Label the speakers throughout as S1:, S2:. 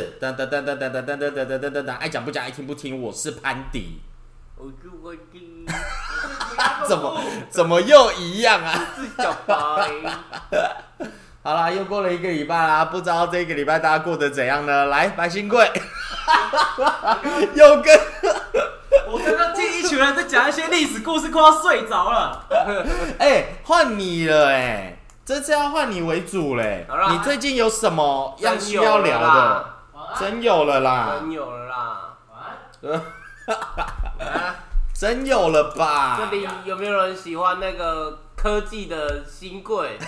S1: 噔噔噔噔噔噔噔噔噔噔噔噔噔，爱哎讲不讲，爱听不听，我是潘迪。
S2: 我就会听，
S1: 怎么怎么又一样啊？
S2: 是小白。
S1: 好啦，又过了一个礼拜啦，不知道这个礼拜大家过得怎样呢？来，白新贵， 又跟
S3: 我刚刚听一群人在讲一些历史故事，快要睡着了。
S1: 哎换、你了哎、这次要换你为主嘞
S2: 好。啦
S1: 你最近有什么要
S2: 真
S1: 需
S2: 有
S1: 要聊
S2: 了
S1: 的？
S2: 啦，
S3: 晚安，
S1: 真有了啦，
S2: 真有了啦。
S3: 晚安。
S2: 啊，
S1: 真有了吧？
S2: 这里有没有人喜欢那个科技的新 贵？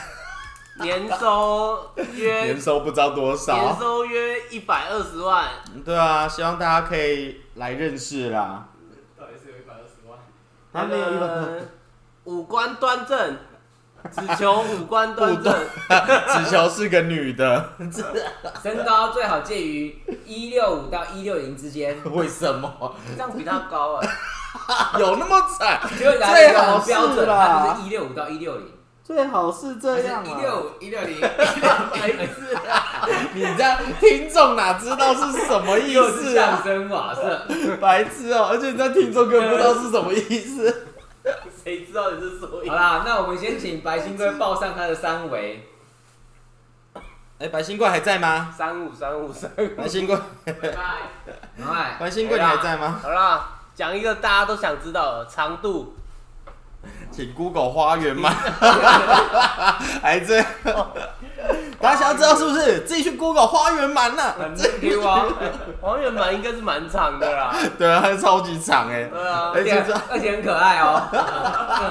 S2: 年收约
S1: 年收不知道多
S2: 年
S1: 少。
S2: 收约一百二十万，
S1: 对啊，希望大家可以来认识啦。
S3: 到底是有一百二十万？
S2: 那个五官端正，只求五官端 正，
S1: 子乔是个女的，
S4: 身高最好介于一六五到一六零 之间，
S1: 为什么
S2: 这样比他高啊。
S1: 有那么惨？
S4: 就会达到一
S1: 最
S4: 个
S1: 好
S4: 很
S1: 是
S4: 标准，
S1: 啦
S4: 它就是一六五到一六零，
S1: 最好是这啊
S4: 一六五一六零，
S2: 没事啊，
S1: 你这样听众哪知道是什么意
S4: 又是
S1: 思啊？
S4: 相声瓦舍，
S1: 白痴哦、而且你这听众根本不知道是什么意思。
S2: 谁知道你是什么意
S4: 好
S2: 思？
S4: 啦，那我们先请白新龟报上他的三围。
S1: 哎、白新贵还在吗？
S2: 三五三五三五。
S1: 白新贵，
S3: 拜拜。
S4: 哎，
S1: 白新贵你还在吗？
S2: 好啦，讲一个大家都想知道的长度，
S1: 请 Google 花园 吗？还这样，大家想要知道是不是？自己去 Google 花园蛮呐、
S4: 很 Q 哦，
S2: 黄原蛮应该是蛮长的 啦。
S1: 对啊，它超级长哎、
S2: 对啊，
S1: 而
S4: 而且
S1: 且这
S4: 而且很可爱哦。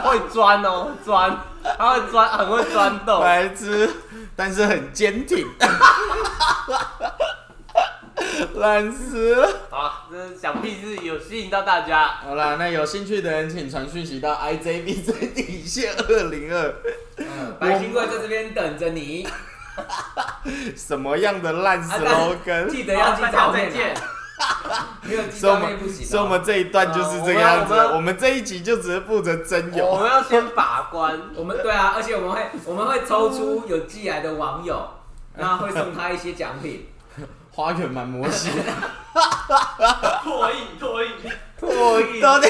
S2: 会钻哦，钻，他会钻，很会钻洞。
S1: 白痴，但是很坚 挺，烂死了。
S2: 好啦，这想必是有吸引到大家。
S1: 好啦，那有兴趣的人请传讯息到 IJB 最底线二零二，
S4: 嗯白新龟在这边等着你，
S1: 什么样的烂
S4: 啊但是
S1: slogan？、哦
S4: 记得要寄照
S3: 再
S4: 片
S3: 见
S4: 啊，。没有寄
S1: 所以我
S4: 照片不
S1: 们，
S4: 行哦。
S1: 所以我们这一段就是这个样子。啊
S2: 呃我们
S1: 哦我们这一集就只是负责真
S2: 我
S1: 友，
S2: 们要先把关，
S4: 我们对啊，而且我们会我们会抽出有寄来的网友，那会送他一些奖品。
S1: 花园蛮模型，
S3: 拓印，拓印。
S2: 唾液
S1: 到底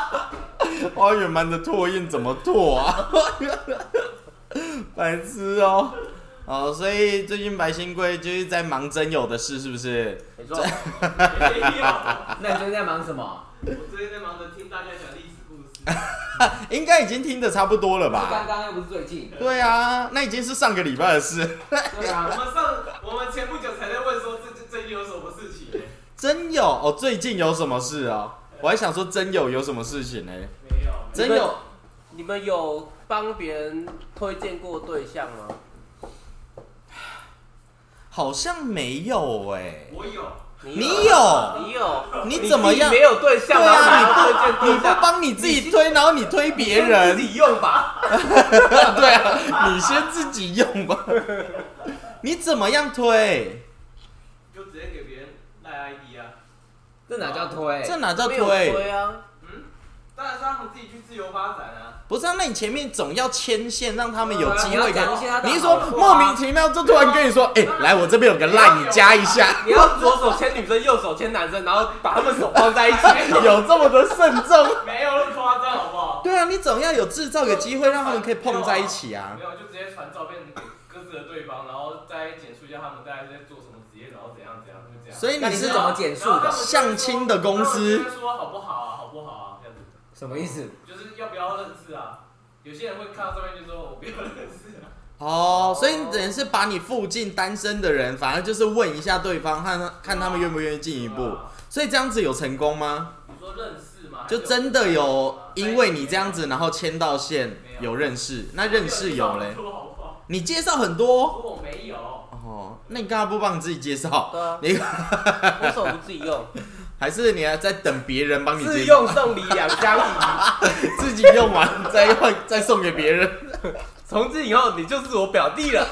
S1: 花园蛮的拓印怎么拓啊？ 白痴哦、哦，所以最近白新龟就是在忙真友的事，是不是？
S2: 没 错，
S3: 没有。
S4: 那你最近在忙什么？
S3: 我最近在忙着听大家讲历史故事。
S1: 应该已经听的差不多了
S4: 刚
S1: 吧？
S4: 刚又不是最近。
S1: 对啊，那已经是上个礼拜的事。
S4: 对
S3: 我
S4: 啊，
S3: 们上，我们前不久才在问说这这最近有什么事情、欸？
S1: 真有哦，最近有什么事哦？我还想说真有有什么事情呢？
S3: 没有。
S1: 真有
S2: 你们有帮别人推荐过对象吗？
S1: 好像没有哎、
S3: 我有。
S1: 你
S2: 有
S1: 有
S2: 啊？你有？
S1: 你怎么
S2: 自己
S1: 样？
S2: 没有对象，
S1: 对
S2: 然后还要
S1: 啊，
S2: 推
S1: 你
S2: 荐
S1: 不
S2: 对
S1: 你不
S2: 象？
S1: 帮你自己推，然后你推别人，
S4: 自己 用吧。
S1: 对啊，你先自己用吧。你怎么样推？
S3: 就直接给别人赖 ID 啊。
S4: 这哪叫推？
S1: 这哪叫
S2: 没有
S1: 推？
S2: 推啊！
S3: 嗯，当然是让他们自己去自由发展啊。
S1: 不是、啊，那你前面总要牵线，让他们有机会
S4: 你要讲一些他
S1: 看。
S4: 的
S1: 你是说
S4: 好处啊
S1: 莫名其妙就突然跟你说，哎、来我这边有个赖，你加一下。
S2: 你要左手牵女生，右手牵男生，然后把他们手放 在一起。
S1: 有这么的慎重？
S3: 没有那么夸张，好不好？
S1: 对啊，你总要有制造个机会让他们可以碰在一起啊
S3: 没。有，就直接传照片给各自的对方，然后再简述一下他们大概在做什么职业，然后怎样怎样，就这样。
S1: 所以
S4: 那
S1: 你
S4: 你
S1: 是
S4: 是
S1: 怎
S4: 怎
S1: 么
S4: 么简述
S3: 然后他们
S4: 的
S3: 就？会
S1: 相亲的公司
S3: 然后就会说好不好啊，好不好啊，这样子，
S4: 什么意思？
S3: 就是要不要认识啊？有些人会看到照片就说我不要认识啊，
S1: 哦，所以你等于是把你附近单身的人，反正就是问一下对方，看他看他们愿不愿意进一步。所以这样子有成功吗？
S3: 你说认识吗？
S1: 就真的有因为你这样子，然后牵到线
S3: 没有
S1: 有认识，那认识有嘞
S3: 没。说好不好？
S1: 你介绍很多
S3: 如果没有，
S1: 哦，那你干嘛不帮你自己介绍？
S2: 对啊，
S1: 你
S2: 我手不自己用，
S1: 还是你还在等别人 帮你
S2: 自
S1: 介绍，
S2: 用送礼 两相宜。
S1: 自己用 完再换再送给别人。
S2: 从今以后，你就是我表弟了。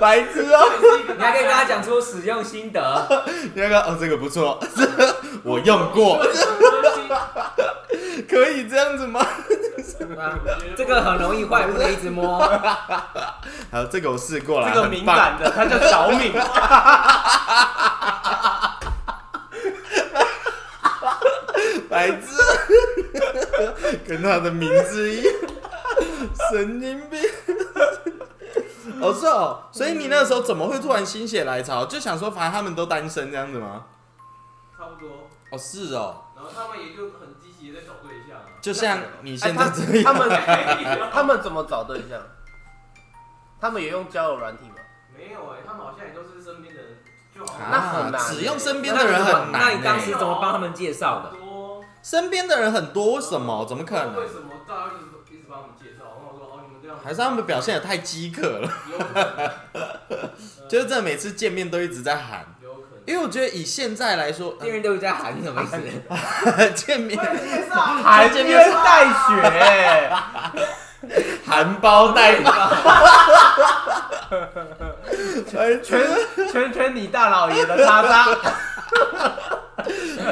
S1: 白痴哦、
S4: 你还可以跟他讲出使用心得，
S1: 你那个哦，这个不错， 我用过，可以这样子吗？
S4: 对吧这个很容易坏，不能一直摸。
S1: 好，这个我试过了，
S2: 这个
S1: 很
S2: 敏
S1: 棒
S2: 感的，他叫小敏，
S1: 白痴，跟他的名字一样，神经病。哦，是哦，所以你那时候怎么会突然心血来潮，就想说反正他们都单身这样子吗？
S3: 差不多。
S1: 哦，是哦，
S3: 然后他们也就很积极的在找对象啊。
S1: 就像你 现在这
S2: 哎他
S1: 样，
S2: 们哎他们怎么找对象？他们也用交友软体吗？
S3: 没有哎、他们好像也都是身边的人，就好像
S2: 那很难
S1: 啊只用身边
S4: 那
S1: 的
S4: 你
S1: 人
S4: 怎么
S1: 很
S4: 那
S1: 难
S4: 你当
S1: 欸。
S4: 时怎么帮他们介绍的？
S3: 多。
S1: 身边的人很多，为什么？怎么可
S3: 为
S1: 能？
S3: 什么大家一直一直帮我们介绍？然后我说哦，你们这样
S1: 还是他们表现的太饥渴了，
S3: 有可能，
S1: 就是真的每次见面都一直在喊。
S3: 有可能。
S1: 因为我觉得以现在来说，
S4: 店员都在喊什么意思？
S1: 呃、 见面
S3: 快介绍，
S2: 含冤带血、
S1: 含苞待放，哎
S2: 拳拳拳你大老爷的叉 叉，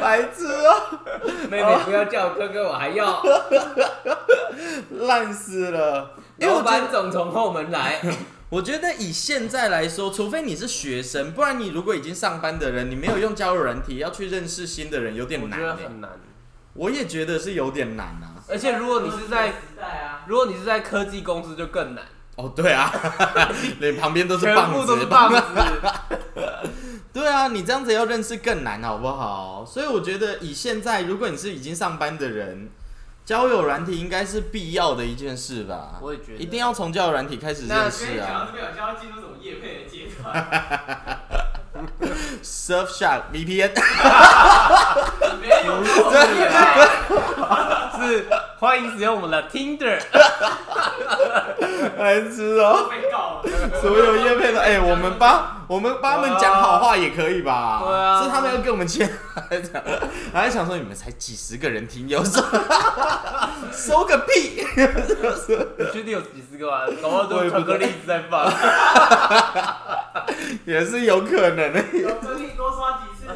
S1: 白痴哦、
S4: 妹妹不要叫我哥哥，我还要。
S1: 烂死了。因为
S4: 老
S1: 我觉
S4: 板
S1: 得，
S4: 总从后门来，
S1: 我觉得以现在来说，除非你是学生，不然你如果已经上班的人，你没有用交友软体，要去认识新的人有点
S2: 我
S1: 难、
S2: 觉得
S1: 欸。
S2: 很难。
S1: 我也觉得是有点难啊。
S2: 而且如果你是在，
S3: 时代啊，
S2: 如果你是在科技公司就更难，
S1: 哦，对啊， 你旁边都是
S2: 全
S1: 棒
S2: 部
S1: 子，
S2: 都是棒子。
S1: 对啊，你这样子要认识更难，好不好？所以我觉得以现在，如果你是已经上班的人，交友软体应该是必要的一件事吧。
S2: 我也觉得
S1: 一定要从交友软体开始认
S2: 那
S1: 识
S3: 跟你讲
S1: 啊
S3: 到这边，好像要进入什么夜配的阶段，
S1: ，Surfshark VPN。
S3: 没有
S2: 不
S3: 错，
S2: 是啊是欢迎使用我们的 Tinder，
S1: 白痴哦、
S3: 被告了。
S1: 所有叶配的，哎、我们帮我们帮他们讲好话也可以吧？
S2: 对啊
S1: 是他们要给我们钱，还讲，还想说你们才几十个人听，有时 候收个屁！
S2: 你确定有几十个吗？搞不好都是巧克力一直在放。
S1: 也是有可能的，
S3: 有争议多刷几次，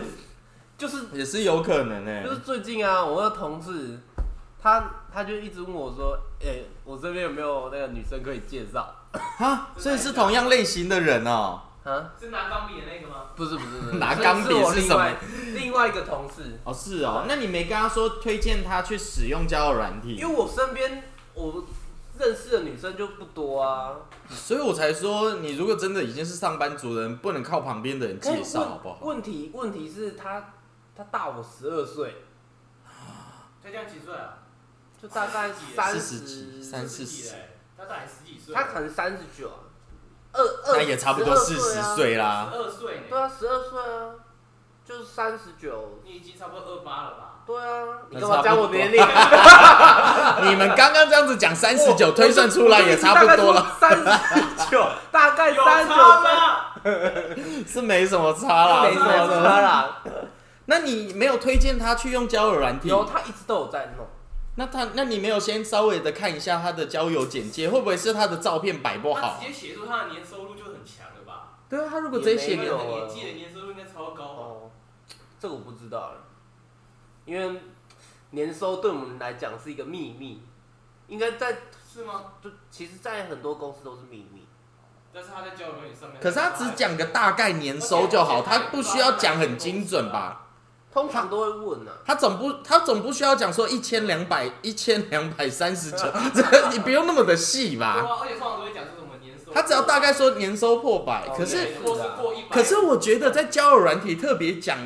S2: 就是
S1: 也是有可能哎、
S2: 就是最近啊，我的同事，他他就一直问我说，哎、我这边有没有那个女生可以介绍？
S1: 啊，所以是同样类型的人哦、
S2: 啊，
S3: 是拿钢笔的那个吗？
S2: 不是不是，不是
S1: 拿
S2: 是
S1: 钢笔
S2: 是我
S1: 是
S2: 另
S1: 什么
S2: 外另外一个同事，
S1: 哦，是哦，那你没跟他说推荐他去使用交友软体
S2: 因为，我身边我认识的女生就不多啊，
S1: 所以我才说，你如果真的已经是上班族的人，不能靠旁边的人介绍，好不
S2: 问
S1: 好？
S2: 问题问题是他他大我十二岁，
S3: 他这样几岁啊？
S2: 就大概
S1: 四
S2: 三
S1: 十几三
S3: 十几嘞，他大你十几岁，
S2: 他可能三十九，啊二二
S1: 那也差不多四十
S2: 12啊
S1: 岁啦。
S3: 十二岁
S2: 对啊，
S3: 呢，
S2: 十二岁啊，就是三十九。
S3: 你已经差不多二八了吧？
S2: 对啊，你
S1: 那
S2: 干嘛
S1: 差
S2: 讲
S1: 不
S2: 我
S1: 多
S2: 年龄？
S1: 你们刚刚这样子讲三十九推算出来也差不多了，。
S2: 三十九，大概
S3: 有
S2: 三十
S3: 差
S2: 九岁，
S3: 吗？
S1: 是没什么差啦，
S2: 没什么差啦。
S1: 那你没有推荐他去用交友软体？
S2: 有，他一直都有在弄。
S1: 那他，那你没有先稍微的看一下他的交友简介，会不会是他的照片摆不
S3: 他
S1: 好
S3: 直？接写出他的年收入就很强了吧？
S1: 对啊，他如果
S2: 果直
S1: 直
S2: 接
S1: 接写
S2: 写
S3: 那
S2: 给
S1: 给
S2: 我
S1: 我，
S3: 个年纪的年收入应该超高吧？
S2: 哦，这个我不知道了，因为年收对我们来讲是一个秘密，应该在
S3: 是吗？
S2: 就其实，在很多公司都是秘密。
S3: 但是他在交友软件上面，
S1: 可是他只讲个大概年收就好，他不需要讲很精准吧？
S2: 通常都会问啊，
S1: 他总不，他总不需要讲说一千两百一千两百三十九， 这你不用那么的细
S3: 对
S1: 吧？
S3: 啊，而且通常都会讲出什么年收，
S1: 他只要大概说年收破百，可是
S3: 或是过一百，
S1: 可是我觉得在交友软体特别讲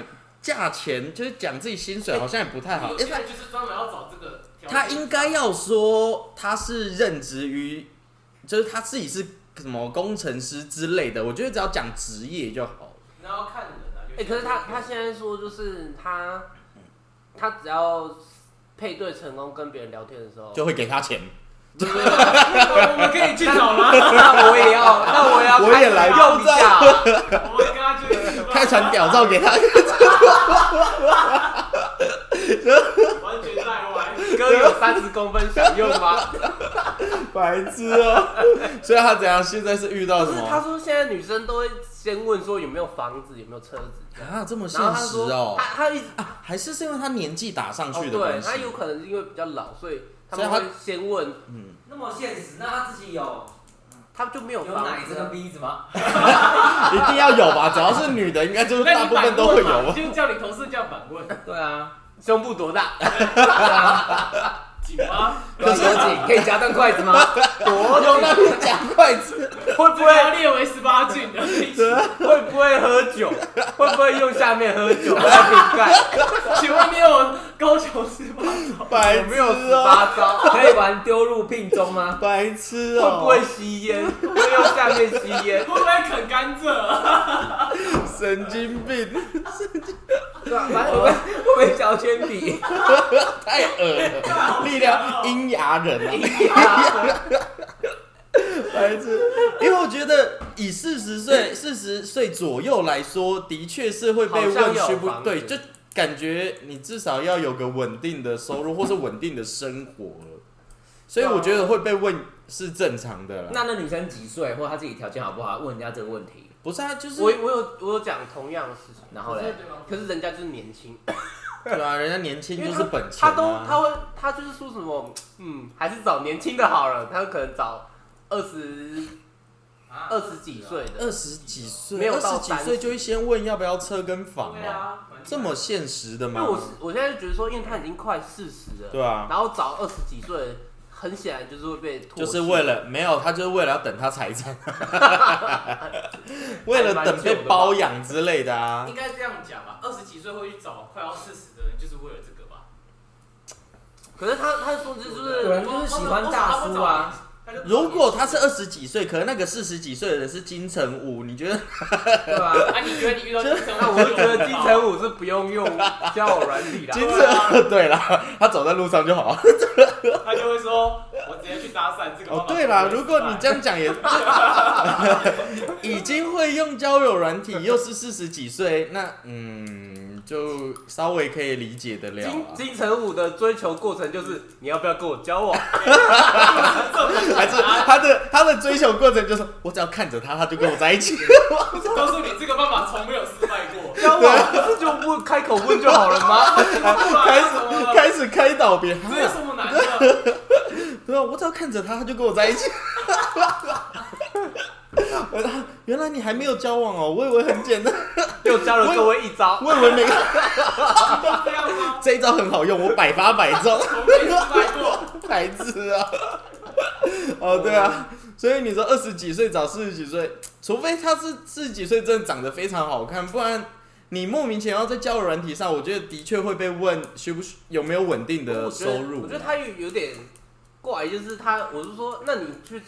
S1: 价钱，就是讲自己薪水，好像也不太好。哎
S3: 有
S2: 嗯
S3: 些人就是专门要找这个条件，
S1: 他应该要说他是任职于，就是他自己是什么工程师之类的。我觉得只要讲职业就好。
S3: 然后看人啊，
S2: 哎、可是他他现在说就是他他只要配对成功跟别人聊天的时候，
S1: 就会给他钱，
S4: 我们可以去找 吗？那我也要， 那我也要
S1: 我也来
S4: 开始用一下。
S3: 我们跟他就
S1: 开船屌照给他，
S3: 完全在玩，
S2: 哥有三十公分想用吗？
S1: 白痴哦、所以他怎样？现在是遇到
S2: 不
S1: 什
S2: 是，他
S1: 么？
S2: 说现在女生都会先问说有没有房子，有没有车子，
S1: 啊，这么现
S2: 然后他
S1: 实
S2: 说
S1: 哦、
S2: 他他一直
S1: 啊，还是是因为他年纪打上
S2: 哦
S1: 去的
S2: 对，
S1: 关系、
S2: 他有可能是因为比较老，所以他们
S1: 所以
S2: 会
S1: 他
S2: 先问，
S1: 嗯，
S4: 那么现实，那他自己有
S2: 他就没有
S4: 有
S2: 房
S4: 奶子
S2: 子
S4: 跟
S2: 啊。
S4: 逼子吗？
S1: 一定要有吧？只要是女的，应该就是大部分都会有啊吧。
S3: 就叫你同事叫反问，
S4: 对啊，
S2: 胸部多大？
S3: 紧吗？
S1: 可是
S4: 有几可以夹断筷子吗？
S1: 有那边夹筷子，
S2: 会不
S3: 这个要
S2: 会
S3: 列为十八禁的，
S4: 啊
S2: 会不会喝酒？会不会用下面喝酒？来瓶盖？
S3: 请问你有高雄十八招？
S1: 白
S2: 有
S1: 痴
S2: 没有十
S1: 哦、
S2: 八招？
S4: 可以玩丢入病中吗？
S1: 白痴
S2: 会
S1: 哦、
S2: 不会吸烟？会不会用下面吸 烟？
S3: 会不会啃甘蔗？
S1: 神经病？
S2: 对啊，
S4: 会
S2: 反
S4: 不
S2: 正
S4: 会会不会小铅笔？
S1: 太恶了，力量阴阳人啊， 白痴。因为我觉得以四十岁、四十岁左右来说，的确是会被
S2: 好像
S1: 问
S2: 有
S1: 需不
S2: 房子
S1: 对，就感觉你至少要有个稳定的收入或是稳定的生活了，所以我觉得会被问是正常的啦。
S4: 那那女生几岁，或她自己条件好不好？问人家这个问题，
S1: 不是啊，就是
S2: 我我有我有讲同样的事情，
S4: 然后嘞，
S2: 可是人家就是年轻，
S1: 对啊，人家年轻
S2: 因
S1: 就
S2: 为
S1: 是
S2: 他
S1: 本钱、
S2: 他
S1: 啊，
S2: 都他会他就是说什么，嗯，还是找年轻的好了，他可能找二十
S3: 啊
S2: 二十几岁的，
S1: 二十几
S2: 没
S1: 岁，
S2: 有
S1: 二
S2: 到
S1: 十几岁就会先问要不要车跟房
S3: 对
S1: 啊，
S3: 啊，
S1: 这么现实的
S2: 因
S1: 吗
S2: 为？我是我现在就觉得说，因为他已经快四十了，
S1: 嗯对啊，
S2: 然后找二十几岁的，很显然就是会被唾弃
S1: 就是为了没有，他就是为了要等他财产，为了等被包养之类的啊
S3: 应。该这样讲吧。二十几岁会去找快要四十的人，就是为了这个吧？
S2: 可是他他说的啊就
S4: 有
S2: 是
S3: 啊
S4: 人就是喜欢大叔啊，
S3: 他就。
S1: 如果他是二十几岁，可能那个四十几岁的人是金城武，你觉得
S4: 对吧？
S3: 啊，你觉得你遇到金城武，
S2: 那我就觉得金城武是不用用交友软体啦
S1: 金，城？ 对啦，他走在路上就好。
S3: 武，他就会说，我直接去搭讪这个。
S1: 哦，对啦，如果你这样讲也，已经会用交友软体，又是四十几岁，那嗯，就稍微可以理解得了
S2: 金
S1: 啊。
S2: 金城武的追求过程就是你要不要跟我交往？
S1: 还是他的他的追求过程就是，我只要看着他，他就跟我在一起。
S3: 告诉你这个办法从没有失败过，
S2: 交往不是就问开口问就好了吗？
S1: 开
S3: 开
S1: 始开始开导别人，
S3: 这有什么难的？
S1: 对啊，我只要看着他，他就跟我在一起。 我说原来你还没有交往哦，我以为很简单，
S2: 又教了各位一招，
S1: 我以为每个
S3: 都这样吗？
S1: 这一招很好用，我百发百中，
S3: 从没失败过，
S1: 孩子啊！哦，对啊，所以你说二十几岁找四十几岁，除非他是四十几岁真的长得非常好看，不然你莫名其妙在交友软体上，我觉得的确会被问需不需有没有稳定的
S2: 我觉得
S1: 收入。
S2: 我觉得他有有点怪，就是他，我是说，那你去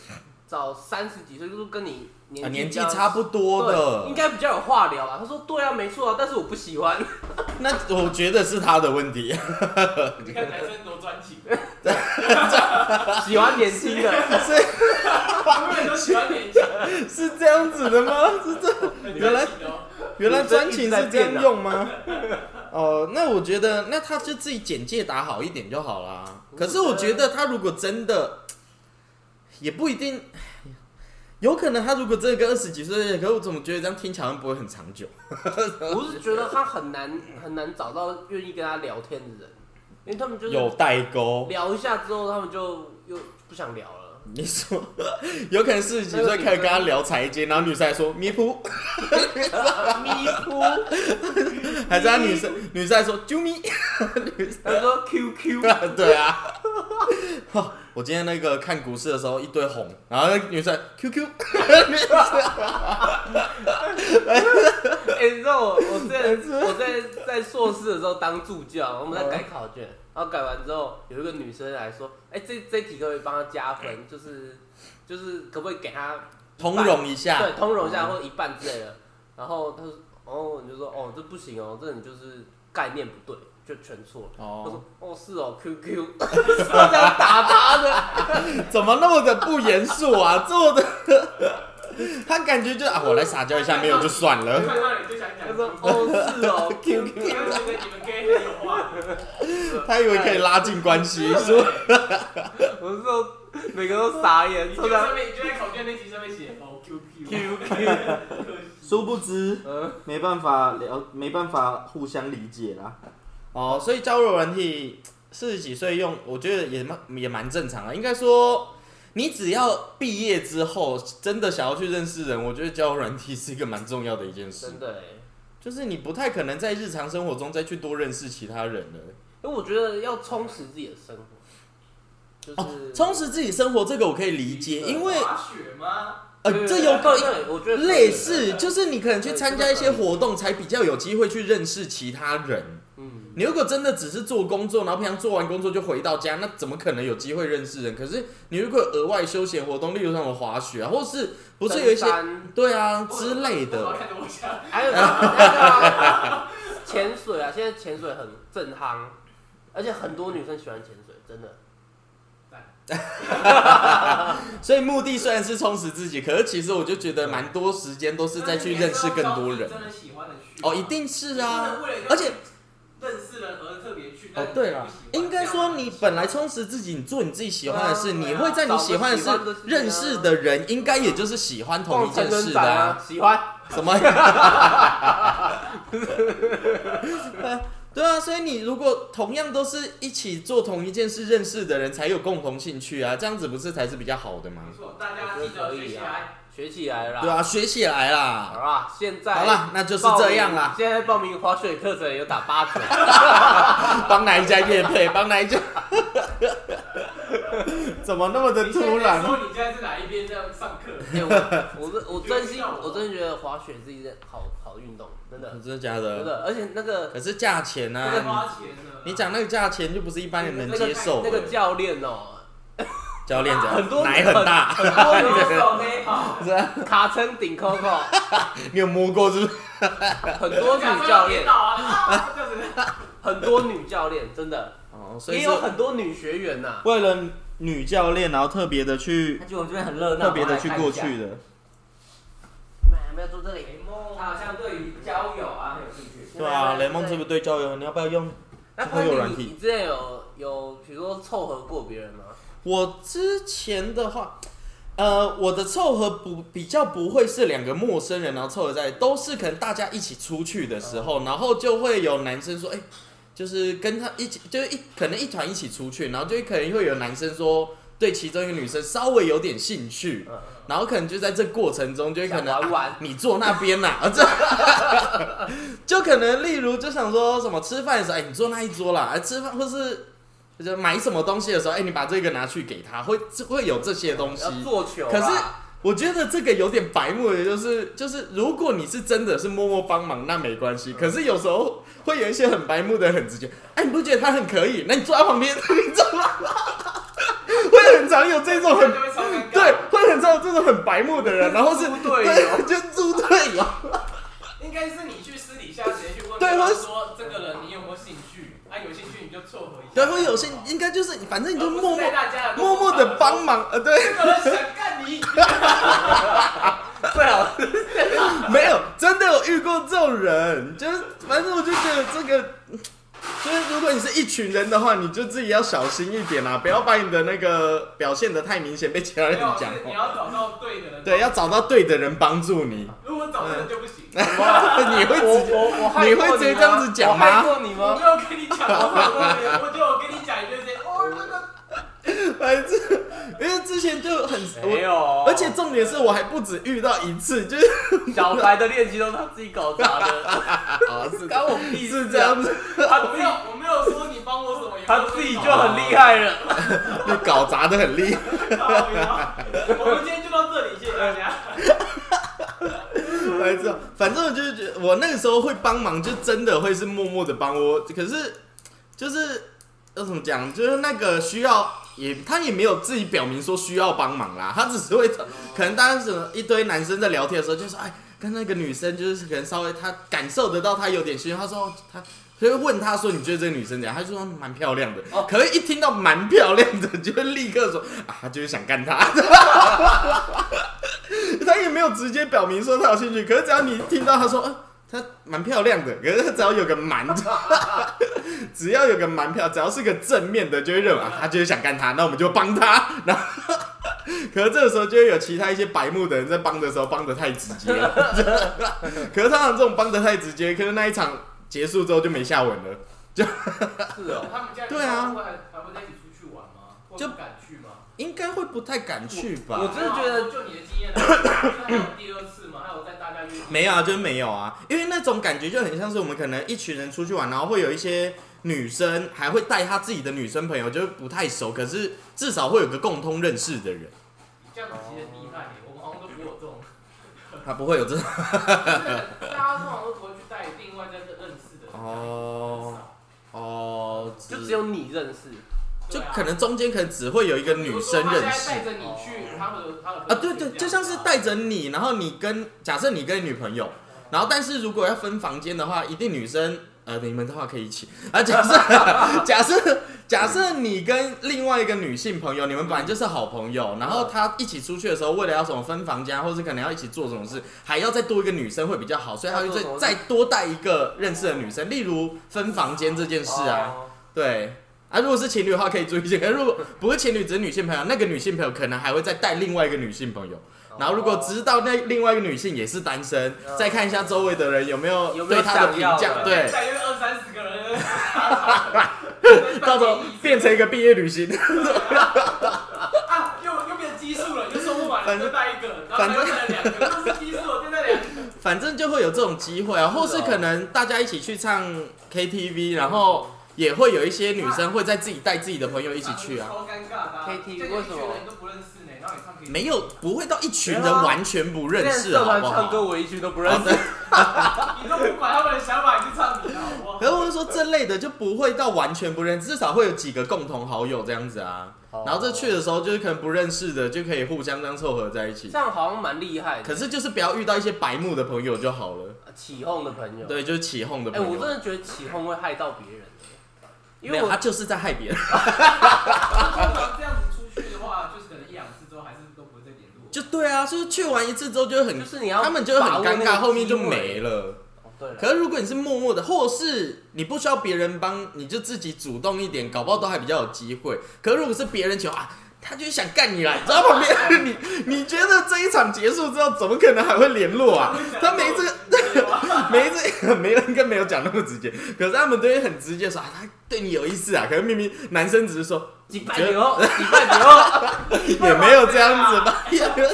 S2: 找三十几岁，就是跟你年
S1: 啊
S2: 纪
S1: 年纪
S2: 比较
S1: 差不多
S2: 对
S1: 的
S2: 应，该比较有话聊啊。他说对啊，没错啊，但是我不 喜欢。
S1: 那我觉得是他的问题。
S3: 你看男生多专情，
S2: 喜欢年轻的，
S3: 很多人都喜欢年轻，
S1: 是这样子的吗？是这
S3: 很专情的哦。
S1: 原来专情是这样用 吗？哦，那我觉得那他就自己简介打好一点就好啦。可是我觉得他如果真的，也不一定，有可能他如果真的跟二十几岁的，可是我怎么觉得这样听起来好像不会很长久？
S2: 我是觉得他很难很难找到愿意跟他聊天的人，因为他们就是
S1: 有代沟。
S2: 聊一下之后，他们就又不想聊了。
S1: 你说，有可能四十几岁开始跟他聊财经，然后女生还 说迷糊，
S2: 咪哭，
S1: 还是他女生女生还说啾咪，
S2: 他说 QQ，
S1: 对啊。 哦我今天那个看股市的时候一堆红，然后那女生 QQ，
S2: 哎、你知道我我之前我在在硕士的时候当助教，我们在改考卷，然后改完之后有一个女生来说，哎、这这题可不可以帮她加分？就是就是可不可以给她
S1: 通融一下，
S2: 对通融一下或一半之类的？然后她说，哦，你就说哦这不行哦，这你就是概念不对，就全错了。我
S1: 哦
S2: 说，哦是哦，QQ，是这样打他的，
S1: 怎么那么的不严肃 啊？做的，他感觉就啊，我来撒娇一下，没有就算 了。
S3: 看到你就想讲
S2: 他，说哦是 哦 QQ，
S3: 你会觉得你们 gay 很有话。
S1: 他以为可以拉近关系，说
S2: 我是说每个都傻眼，
S3: 你
S2: 抽
S3: 就
S2: 到
S3: 上面，你就在考卷那题上面写 O Q Q，
S2: QQ，
S1: 殊不知
S2: 嗯，
S1: 没办法聊，没办法互相理解啦。哦，所以交友软体四十几岁用，我觉得也蛮也蛮正常的。啊应该说，你只要毕业之后真的想要去认识人，我觉得交友软体是一个蛮重要的一件事
S2: 真。的哎、
S1: 就是你不太可能在日常生活中再去多认识其他人了。
S2: 因为我觉得要充实自己的生活，就是、
S1: 哦，充实自己生活这个我可以理解，因为
S3: 滑雪吗？
S1: 呃，
S2: 对
S1: 这有够
S2: 对对我觉得可以
S1: 类似，就是你可能去参加一些活动，才比较有机会去认识其他人。
S2: 嗯，
S1: 你如果真的只是做工作，然后平常做完工作就回到家，那怎么可能有机会认识人？可是你如果有额外休闲活动，例如像我滑雪啊，或是不是有一些
S2: 登山
S1: 对啊之类的，
S3: 看着我下，
S2: 还有 那个潜水啊，现在潜水很正夯，而且很多女生喜欢潜水，真的。
S1: 所以目的虽然是充实自己，可是其实我就觉得蛮多时间都是再去认识更多人
S3: 真。的喜欢的去
S1: 哦，一定是啊，
S3: 为了要
S1: 而且
S3: 认识
S1: 啊
S3: 人而特别去。
S1: 哦
S3: 但，
S1: 对
S3: 不
S1: 了
S3: 喜，欢
S1: 应该
S3: 这样
S1: 说你本来充实自己，你做你自己喜欢的事，
S2: 对啊
S1: 你
S3: 对啊
S1: 会在你喜欢的
S2: 找
S1: 事
S2: 个喜欢的事情啊
S1: 认识的人，应该也就是喜欢同一
S2: 逛
S1: 件
S2: 成
S1: 事的
S2: 人展
S1: 啊。
S2: 啊，喜欢。
S1: 什么？对啊，所以你如果同样都是一起做同一件事认识的人，才有共同兴趣啊，这样子不是才是比较好的吗
S3: 没？错，大家记得学起
S1: 啊
S3: 来。
S2: 学起来了。
S1: 对啊，学起来
S2: 好
S1: 啦。
S2: 啦，现在
S1: 好啦，那就是这样啦
S2: 报。名现在报名滑雪课程有打八折，
S1: 帮哪一家业配？帮哪一家？怎么那么的
S3: 你
S1: 突
S3: 现在
S1: 然？哦嗯
S3: 说你现在是哪一边在上课？
S2: 哎我我真我真心我真觉得滑雪是一件好好运动，真的
S1: 真的假
S2: 真
S1: 的？
S2: 的，而且那个
S1: 可是价钱
S3: 这个
S1: 啊，
S3: 花钱的。
S1: 你你讲那个价钱就不是一般人能
S2: 那个
S1: 接受
S2: 那
S1: 的。
S2: 个教练 哦，
S1: 教练讲，
S2: 很多
S1: 奶很大，
S2: 很多女
S3: 右手没跑，
S1: 是啊
S2: 卡称顶 Coco，
S1: 你有摸过是不是？
S2: 很多女教 练，
S3: 啊，这样子。
S2: 很多女教练，真的
S1: 哦，所以
S2: 也
S1: 是
S2: 有很多女学员呐。
S1: 为了女教练，然后特别的去
S4: 他觉得我们这边很热闹，
S1: 特别的去
S4: 我来看
S1: 过
S4: 一下
S1: 去。的，
S2: 你们还没有坐这里，
S4: 他好像对于交友啊很有兴趣。
S1: 对啊，雷蒙是不是对交友？你要不要用？
S2: 那
S1: 交
S2: 关
S1: 友
S2: 于
S1: 软
S2: 你
S1: 体
S2: 你之前有有比如说凑合过别人吗？
S1: 我之前的话，呃，我的凑合不比较不会是两个陌生人然后凑合在，都是可能大家一起出去的时
S2: 哦
S1: 候，然后就会有男生说，哎、就是跟他一起，就是一可能一团一起出去，然后就可能会有男生说对其中一个女生稍微有点兴趣，
S2: 嗯
S1: 然后可能就在这过程中就会可能
S2: 想玩玩
S1: 啊你坐那边啦，啊这， 就可能例如就想说什么吃饭的时候，哎、你坐那一桌啦，哎、吃饭或是。就是买什么东西的时候，哎、你把这个拿去给他，会会有这些东西。
S2: 要做球啊，
S1: 可是我觉得这个有点白目的，就是就是，如果你是真的是默默帮忙，那没关系。可是有时候会有一些很白目的，很直接。哎，你不觉得他很可以？那你坐在旁边， 你知道吗？会很常有这种很嗯
S3: 就会超尴尬。
S1: 对，会很常有这种很白目的人，然后是
S2: 猪队友
S1: 对， 就猪队友。
S3: 应该是你去私底下直接去问，
S1: 对
S3: 他
S1: 或是
S3: 说这个人你有没有兴趣？啊，有兴趣你就撮合一下。
S1: 对，会有些应该呃就是，反正你就默
S3: 而
S1: 默
S3: 不是在大家
S1: 默默的帮。忙，哎呃，对。
S3: 这个人想 干你，
S2: 最好
S1: 没有，真的有遇过这种人，就是反正我就觉得这个，就是如果你是一群人的话，你就自己要小心一点啦、啊不要把你的那个表现的太明显，被其他
S3: 没
S1: 人
S3: 有
S1: 讲
S3: 是你
S1: 哦。
S3: 要找到对的人。
S1: 对，要找到对的人帮助 你，
S3: 如果找人就不行。
S1: 嗯你会
S2: 我
S1: 直接
S2: 我我害过啊
S1: 你会直接这样子讲吗
S2: 我害过你
S3: 我
S2: 吗？
S3: 没有跟你讲， 我我就有跟你讲，你就直接哦那个。
S1: 反正因为之前就很
S2: 啊没
S1: 我，
S2: 有，
S1: 而且重点是我还不止遇到一次，就是
S2: 小白的练习都是他自己搞砸的，
S1: 啊是
S2: 关我屁事啊
S1: 是这样子，
S3: 我没有，我没有说你帮我什么，也没有
S2: 他
S3: 说
S2: 自己
S3: 你
S2: 就
S3: 帮我
S2: 很厉害了。
S1: 你搞砸的很厉害。
S3: 靠腰我们今天就到这里，谢谢 大家。
S1: 白痴啊，反正我就是觉得，我那个时候会帮忙，就真的会是默默的帮我。可是就是要怎么讲，就是那个需要也他也没有自己表明说需要帮忙啦，他只是会可能当时一堆男生在聊天的时候就说，哎，跟那个女生就是可能稍微他感受得到他有点需要，他说他。所以问他说：“你觉得这个女生怎样？”他就说：“蛮漂亮的。
S2: 哦
S1: 可是，一听到“蛮漂亮的”，就会立刻说：“啊，他就是想干她。”他也没有直接表明说他有兴趣，可是只要你听到他说，呃她蛮漂亮的，可是她只要有个蛮， 只要有个蛮漂，只要是个正面的，就会认为啊，她就是想干他，那我们就帮他。 然后，可是这个时候就会有其他一些白目的人在帮的时候帮的太直接了。 可是通常这种帮的太直接，可是那一场结束之后就没下文了。
S2: 是哦，
S3: 他们家
S1: 对啊
S3: 还还会在一起出去玩吗？或
S1: 就
S3: 不敢去吗？
S1: 应该会不太敢去吧？
S2: 我真的觉得
S3: 就你的经验呢，还有第二次吗？还有在大家约定
S1: 没有啊，就是没有啊，因为那种感觉就很像是我们可能一群人出去玩，然后会有一些女生还会带她自己的女生朋友，就是不太熟，可是至少会有个共通认识的人，
S3: 这样子其实很厉害耶，我们好像都不会有这 种，
S1: 他不会有这种
S3: 就是大家通常都不会去带另外在认认识的人，
S1: 哦哦，
S2: 就只有你认识，
S1: 就
S3: 对啊
S1: 可能中间可能只会有一个女生认识
S3: 带着你去他们的他的
S1: 啊，对对，就像是带着你，然后你跟假设你跟女朋友，然后但是如果要分房间的话，一定女生。呃，你们的话可以一起啊。假设假设假设你跟另外一个女性朋友，你们本来就是好朋友，然后她一起出去的时候，为了要什么分房间啊，或是可能要一起做什么事，还要再多一个女生会比较好，所以她会
S2: 要做什么
S1: 再
S2: 事
S1: 再多带一个认识的女生，例如分房间这件事啊。
S2: 哦，
S1: 对啊，如果是情侣的话可以注意一下，可是如果不是情侣，只是女性朋友，那个女性朋友可能还会再带另外一个女性朋友，
S2: 哦
S1: 然后如果知道那另外一个女性也是单身，
S2: 嗯
S1: 再看一下周围的人有没有
S2: 有没
S1: 对
S2: 有
S1: 她的
S2: 想
S1: 评
S2: 要
S1: 价，
S2: 的
S1: 对，
S3: 带约二三十个人，
S1: 到时候变成一个毕业旅行，
S3: 啊，又又变奇数了，又收不完了，再带一个，然后又变成两个，又是奇数了，变成两个，
S1: 反正就会有这种机会啊，或是可能大家一起去唱
S2: 嗯
S1: KTV，然后也会有一些女生会再自己带自己的朋友一起去啊。
S3: 超尴尬的啊
S2: KTV
S3: 这个
S2: 为什么
S3: 一群人都不认识呢？然后你唱 KTV
S1: 没有，不会到一群人
S2: 嗯没有啊
S1: 完全不认
S2: 现
S1: 识，
S2: 在社
S1: 好
S2: 团
S1: 不
S2: 唱歌
S1: 好？
S2: 我一句都不认识，
S3: 啊你都不管他们的想法，你就唱你的好不 好
S1: 可？是我是说这类的就不会到完全不认识，至少会有几个共同好友这样子啊。然后这去的时候，就是可能不认识的，就可以互相这样凑合在一起
S2: 这。样好像蛮厉害的，
S1: 可是就是不要遇到一些白目的朋友就好了。
S2: 起哄的朋友，
S1: 对，就是起哄的
S2: 哎，
S1: 朋
S2: 我
S1: 友。
S2: 真的觉得起哄会害到别人欸，因
S1: 没
S2: 为
S1: 有，
S2: 我
S1: 他就是在害别人，
S3: 通常这样子出去的话，就是可能一两次之后还是都不会再联 络。
S1: 就对啊，就是去完一次之后就会很
S2: 就，是你要
S1: 他们就会很尴尬，后面就
S2: 了。
S1: 没了。
S2: 哦对了，
S1: 可是如果你是默默的，或是你不需要别人帮，你就自己主动一点，搞不好都还比较有机会。可是如果是别人求啊，他就是想干你啦，你知道旁边 你你觉得这一场结束之后，怎么可能还会联络啊？ 他没这个 没这没有应该没有讲那么直接，可是他们都会很直接说啊，他对你有意思啊。可是明明男生只是说
S2: 几拜牛， 几拜牛，
S1: 也没有这样子吧， 也没有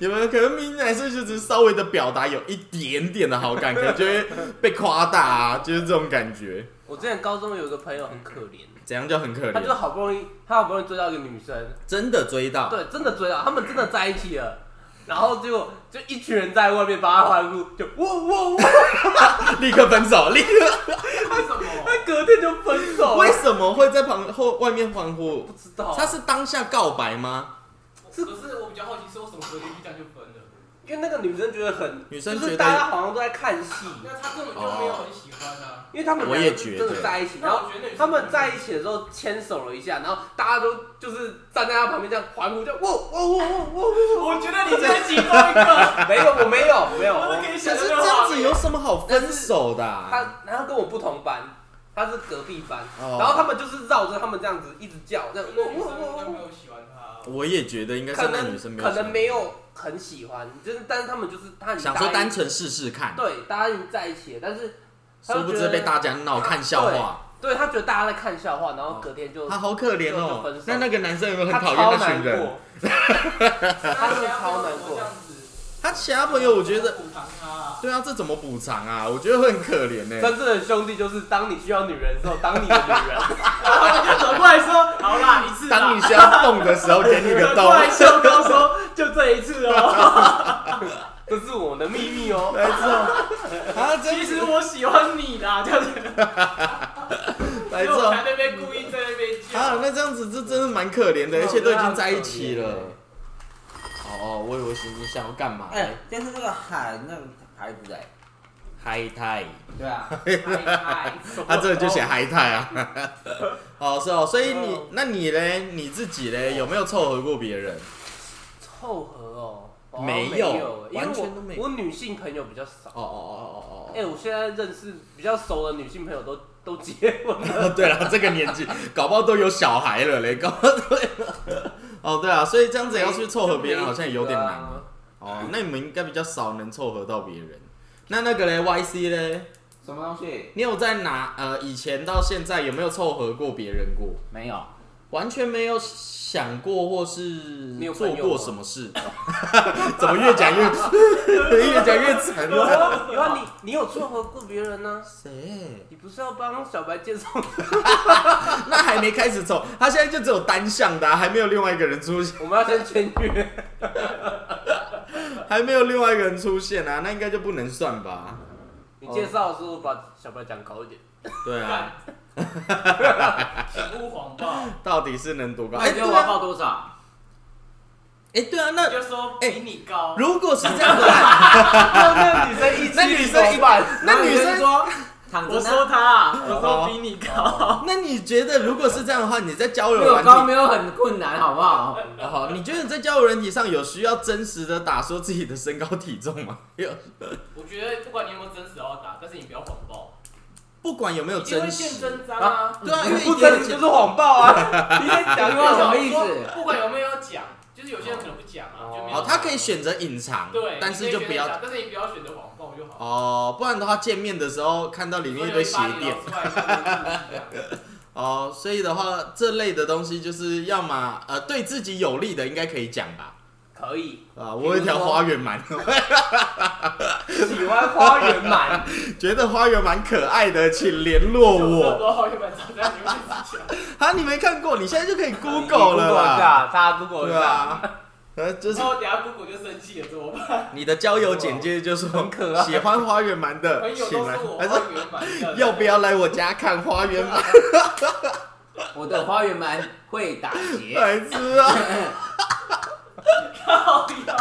S1: 有没有？可能明明男生就只是稍微的表达有一点点的好感，可能就会被夸大啊，就是这种感觉，
S2: 我之前高中有一个朋友很可怜，
S1: 怎样就很可
S2: 他就是
S1: 怜。
S2: 好不容易，他好不容易追到一个女生，
S1: 真的追到，
S2: 对，真的追到，他们真的在一起了。然后结果就一群人在外面帮他欢呼，就哇哇哇！
S1: 立刻分手，立刻。
S3: 为什么？
S2: 他隔天就分手了
S1: 为，什么会在旁后外面欢呼
S2: 不？知道，
S1: 他是当下告白吗？
S3: 可是我比较好奇，是为什么隔天就这样就分了？
S2: 因为那个女生觉得很，
S1: 女生
S2: 就是
S1: 觉
S2: 大
S1: 得
S2: 家好像都在看戏，
S3: 那他根本就没有很喜欢啊。
S2: 因为他们
S1: 我也
S2: 两个
S1: 觉得
S2: 真的在一起，然
S3: 那
S2: 后
S3: 我觉得那女生
S2: 他们在一起的时候牵手了一下，然后大家都就是站在他旁边这样欢呼，就哇哇哇哇哇哇！
S3: 我觉得你真的其中一个，
S2: 哇 没有，我没有，没有，啊
S3: 我
S2: 我
S3: 都可以
S1: 可
S3: 想
S1: 是
S3: 象
S1: 这
S3: 到
S1: 样
S3: 画
S1: 子
S3: 面
S1: 有什么好分手的、啊？
S2: 他他跟我不同班，他是隔壁班，
S1: 哦
S2: 然后他们就是绕着他们这样子一直叫，这样
S3: 那女
S2: 哇
S3: 生应
S2: 哇
S3: 该
S2: 哇
S3: 没
S2: 哇，
S3: 有喜欢他。
S1: 我也觉得应该是
S2: 可
S1: 那女生
S2: 能
S1: 没
S2: 可
S1: 有
S2: 能没有很喜欢，就是但是他们就是他已经
S1: 想
S2: 答
S1: 说
S2: 应
S1: 单纯试试看，
S2: 对，大家已经在一起了，但是他
S1: 殊
S2: 就
S1: 不
S2: 觉
S1: 知
S2: 得
S1: 被大家闹看笑话，
S2: 对他觉得大家在看笑话，然后隔天就、
S1: 嗯他好可怜
S2: 就分
S1: 哦
S2: 手。
S1: 那那个男生有没有
S2: 他
S1: 很讨
S2: 超
S1: 厌那群
S2: 难
S1: 人？
S2: 过，
S3: 他
S2: 真的超难过
S3: 这样子，
S1: 他其他朋友我觉得，
S3: 补偿他啊。
S1: 对啊，这怎么补偿啊？我觉得会很可怜欸呢、
S2: 真正的兄弟就是当你需要女人的时候，当你的女 人。
S3: 他就走过来说：“好啦，一次
S1: 当
S3: 啦。
S1: 你需要动的时候，给你 个动啊
S3: 过。来笑高说：“就这一次哦。
S2: 这是我的秘密哦。
S1: 没错，啊，”
S3: 其
S1: 真
S3: 实
S1: 是
S3: 我喜欢你啦，这样子。
S1: 没
S3: 因为我
S1: 错。
S3: 才在那边故意在那边叫。
S1: 啊，那这样子这真的蛮可怜的，而且都已经在一起了。哦，我以为是你想要干嘛？
S4: 哎，但是这个海那个还不在，
S1: 嗨太，
S4: 对啊，
S1: 他这里就写嗨太啊。 哦，是哦，所以你，那你嘞，你自己嘞，有没有凑合过别人？
S2: 凑合哦，哦
S1: 没
S2: 没
S1: 有
S2: 因为
S1: 完全
S2: 我
S1: 都没有
S2: 我女性朋友比较少。
S1: 哦哦哦哦
S2: 哎、我现在认识比较熟的女性朋友都都结婚
S1: 哦。
S2: 了，
S1: 对了，这个年纪，搞不好都有小孩了嘞， 搞不好都有。哦，对啊，所以这样子要去凑合别人，好像也有点难。
S2: 啊。
S1: 哦，那你们应该比较少能凑合到别人。那那个嘞，YC 嘞，
S4: 什么东西？
S1: 你有在哪呃以前到现在有没有凑合过别人过？
S4: 没有，
S1: 完全没有想过或是
S2: 有朋
S1: 做
S2: 友
S1: 过什么事？ 怎么越讲越 越讲越沉
S2: 有
S1: 了？
S2: 啊有啊，你你有撮合过别人呢、
S1: 谁？
S2: 你不是要帮小白介绍？
S1: 那还没开始凑，他现在就只有单向的啊、还没有另外一个人出现，
S2: 我们要先签约。
S1: 还没有另外一个人出现啊，那应该就不能算吧？
S2: 你介绍的时候把小白讲高一点。
S1: 对啊，
S3: 请勿谎报，
S1: 到底是能多高？
S4: 那
S1: 哎、
S4: 你觉
S1: 对
S4: 得我要
S1: 啊，
S4: 报多少？
S1: 哎、对啊，那
S3: 就说比你高。
S1: 如果是这样子，
S2: 那女生一
S1: 那女生一
S2: 半，
S1: 那女
S4: 然后有人
S1: 生，
S4: 说躺着
S3: 我
S4: 呢，
S3: 说他啊，我说比你
S2: 啊
S3: 高。
S1: 那你觉得如果是这样的话，你在交
S4: 没
S1: 友
S4: 有高
S1: 软
S4: 没
S1: 体，
S4: 有很困难，好不好？
S1: 好，你觉得你在交友软体上有需要真实的打说自己的身高体重吗？有，
S3: 我觉得不管你有没有真实要打，但是你不要谎报，
S1: 不管有没有
S3: 一定会
S1: 真
S3: 见
S1: 实，
S3: 真章啊。
S1: 对啊，因为
S2: 不
S1: 一定
S2: 真
S1: 会
S2: 实
S1: 见
S2: 就是谎报 啊！你在讲
S4: 不知道什么意思
S3: 我说不管有没有要讲，就是有些人可能不讲啊，就没有
S1: 哦，
S3: 讲。
S1: 他可以选择隐藏，
S3: 对，
S1: 但是就不
S3: 你可以选择
S1: 要
S3: 讲，但是你不要选择谎报就好。
S1: 哦，不然的话见面的时候看到里面一堆鞋垫
S3: 所以有一把你老出 来就是这样
S1: 哦，所以的话这类的东西就是要么呃对自己有利的应该可以讲吧。
S2: 可以
S1: 啊，我有一条花园蛮，
S2: 喜欢花圆满，
S1: 觉得花园蛮可爱的，请联络
S3: 我
S1: 哦 我。
S3: 多好一本早餐，你会自己
S1: 啊，你没看 过，你现在就可以
S2: 啊你
S1: Google 了
S2: Google 一
S1: 啦。
S2: 下，大家 Google 一
S1: 对
S2: 下。哦
S1: 啊，呃，就
S3: 讲。
S1: 是
S3: 然后等下 Google 就生气了，怎么 办？
S1: 你的交友简介就说
S2: 很可爱
S1: 喜欢花园蛮的，
S3: 朋友
S1: 请
S3: 都
S1: 来
S3: 说我
S1: 还是
S3: 花园版的，
S1: 要不要来我家看花园 蛮？
S2: 哎
S4: 我的花园蛮会打 结，
S1: 白痴啊！
S3: 靠腰？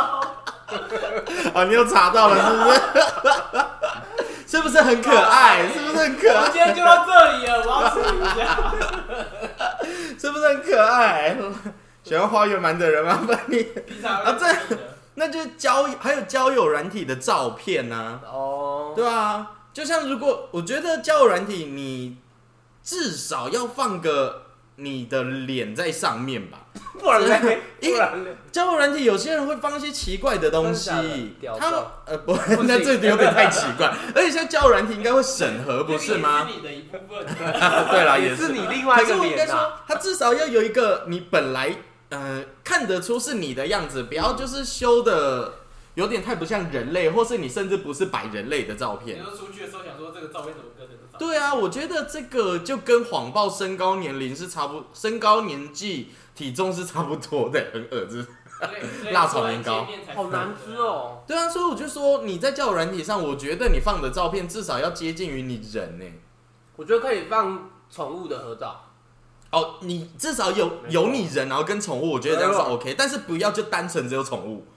S1: 啊，你又查到了，是不是？是 不是很可爱？是不是很可
S3: 我们
S1: 爱？
S3: 今天就到这里了，我要处理一 下。
S1: 是不是很可爱？喜欢花园蛮的人麻烦你，
S3: 平常
S1: 啊这那就是交还有交友软体的照片呢、
S2: 哦，
S1: 对啊，就像如果我觉得交友软体，你至少要放个你的脸在上面吧。
S2: 不然嘞，
S1: 因为
S2: 不然嘞，
S1: 交友软体有些人会放一些奇怪的东西
S2: 真的假的，屌
S1: 他
S2: 照
S1: 呃不，
S2: 行
S1: 那这有点太奇怪。而且像交友软体应该会审核， 不是吗？
S3: 这个也是你的一部分，
S1: 对啦，
S2: 也
S1: 也
S2: 是
S1: 是。
S2: 你另外
S1: 可
S2: 一
S1: 是
S2: 个
S1: 我应该
S2: 脸啊。
S1: 说，他至少要有一个你本来呃看得出是你的样子，不要就是修的有点太不像人类，或是你甚至不是摆人类的照
S3: 你
S1: 片。
S3: 说出去的时候想说这个照片怎么跟这个照片？
S1: 对啊，我觉得这个就跟谎报身高年龄是差不，身高年纪体重是差不多的，很恶心。
S3: 对，
S1: 辣炒年糕
S2: 好难吃。哦，
S1: 对啊，所以我就说你在交友软体上，我觉得你放的照片至少要接近于你人呢、欸
S2: 我觉得可以放宠物的合照，
S1: 哦，你至少有
S2: 没错
S1: 有你人，然后跟宠物，我觉得这样是
S2: 没错
S1: OK，但是不要就单纯只有宠物。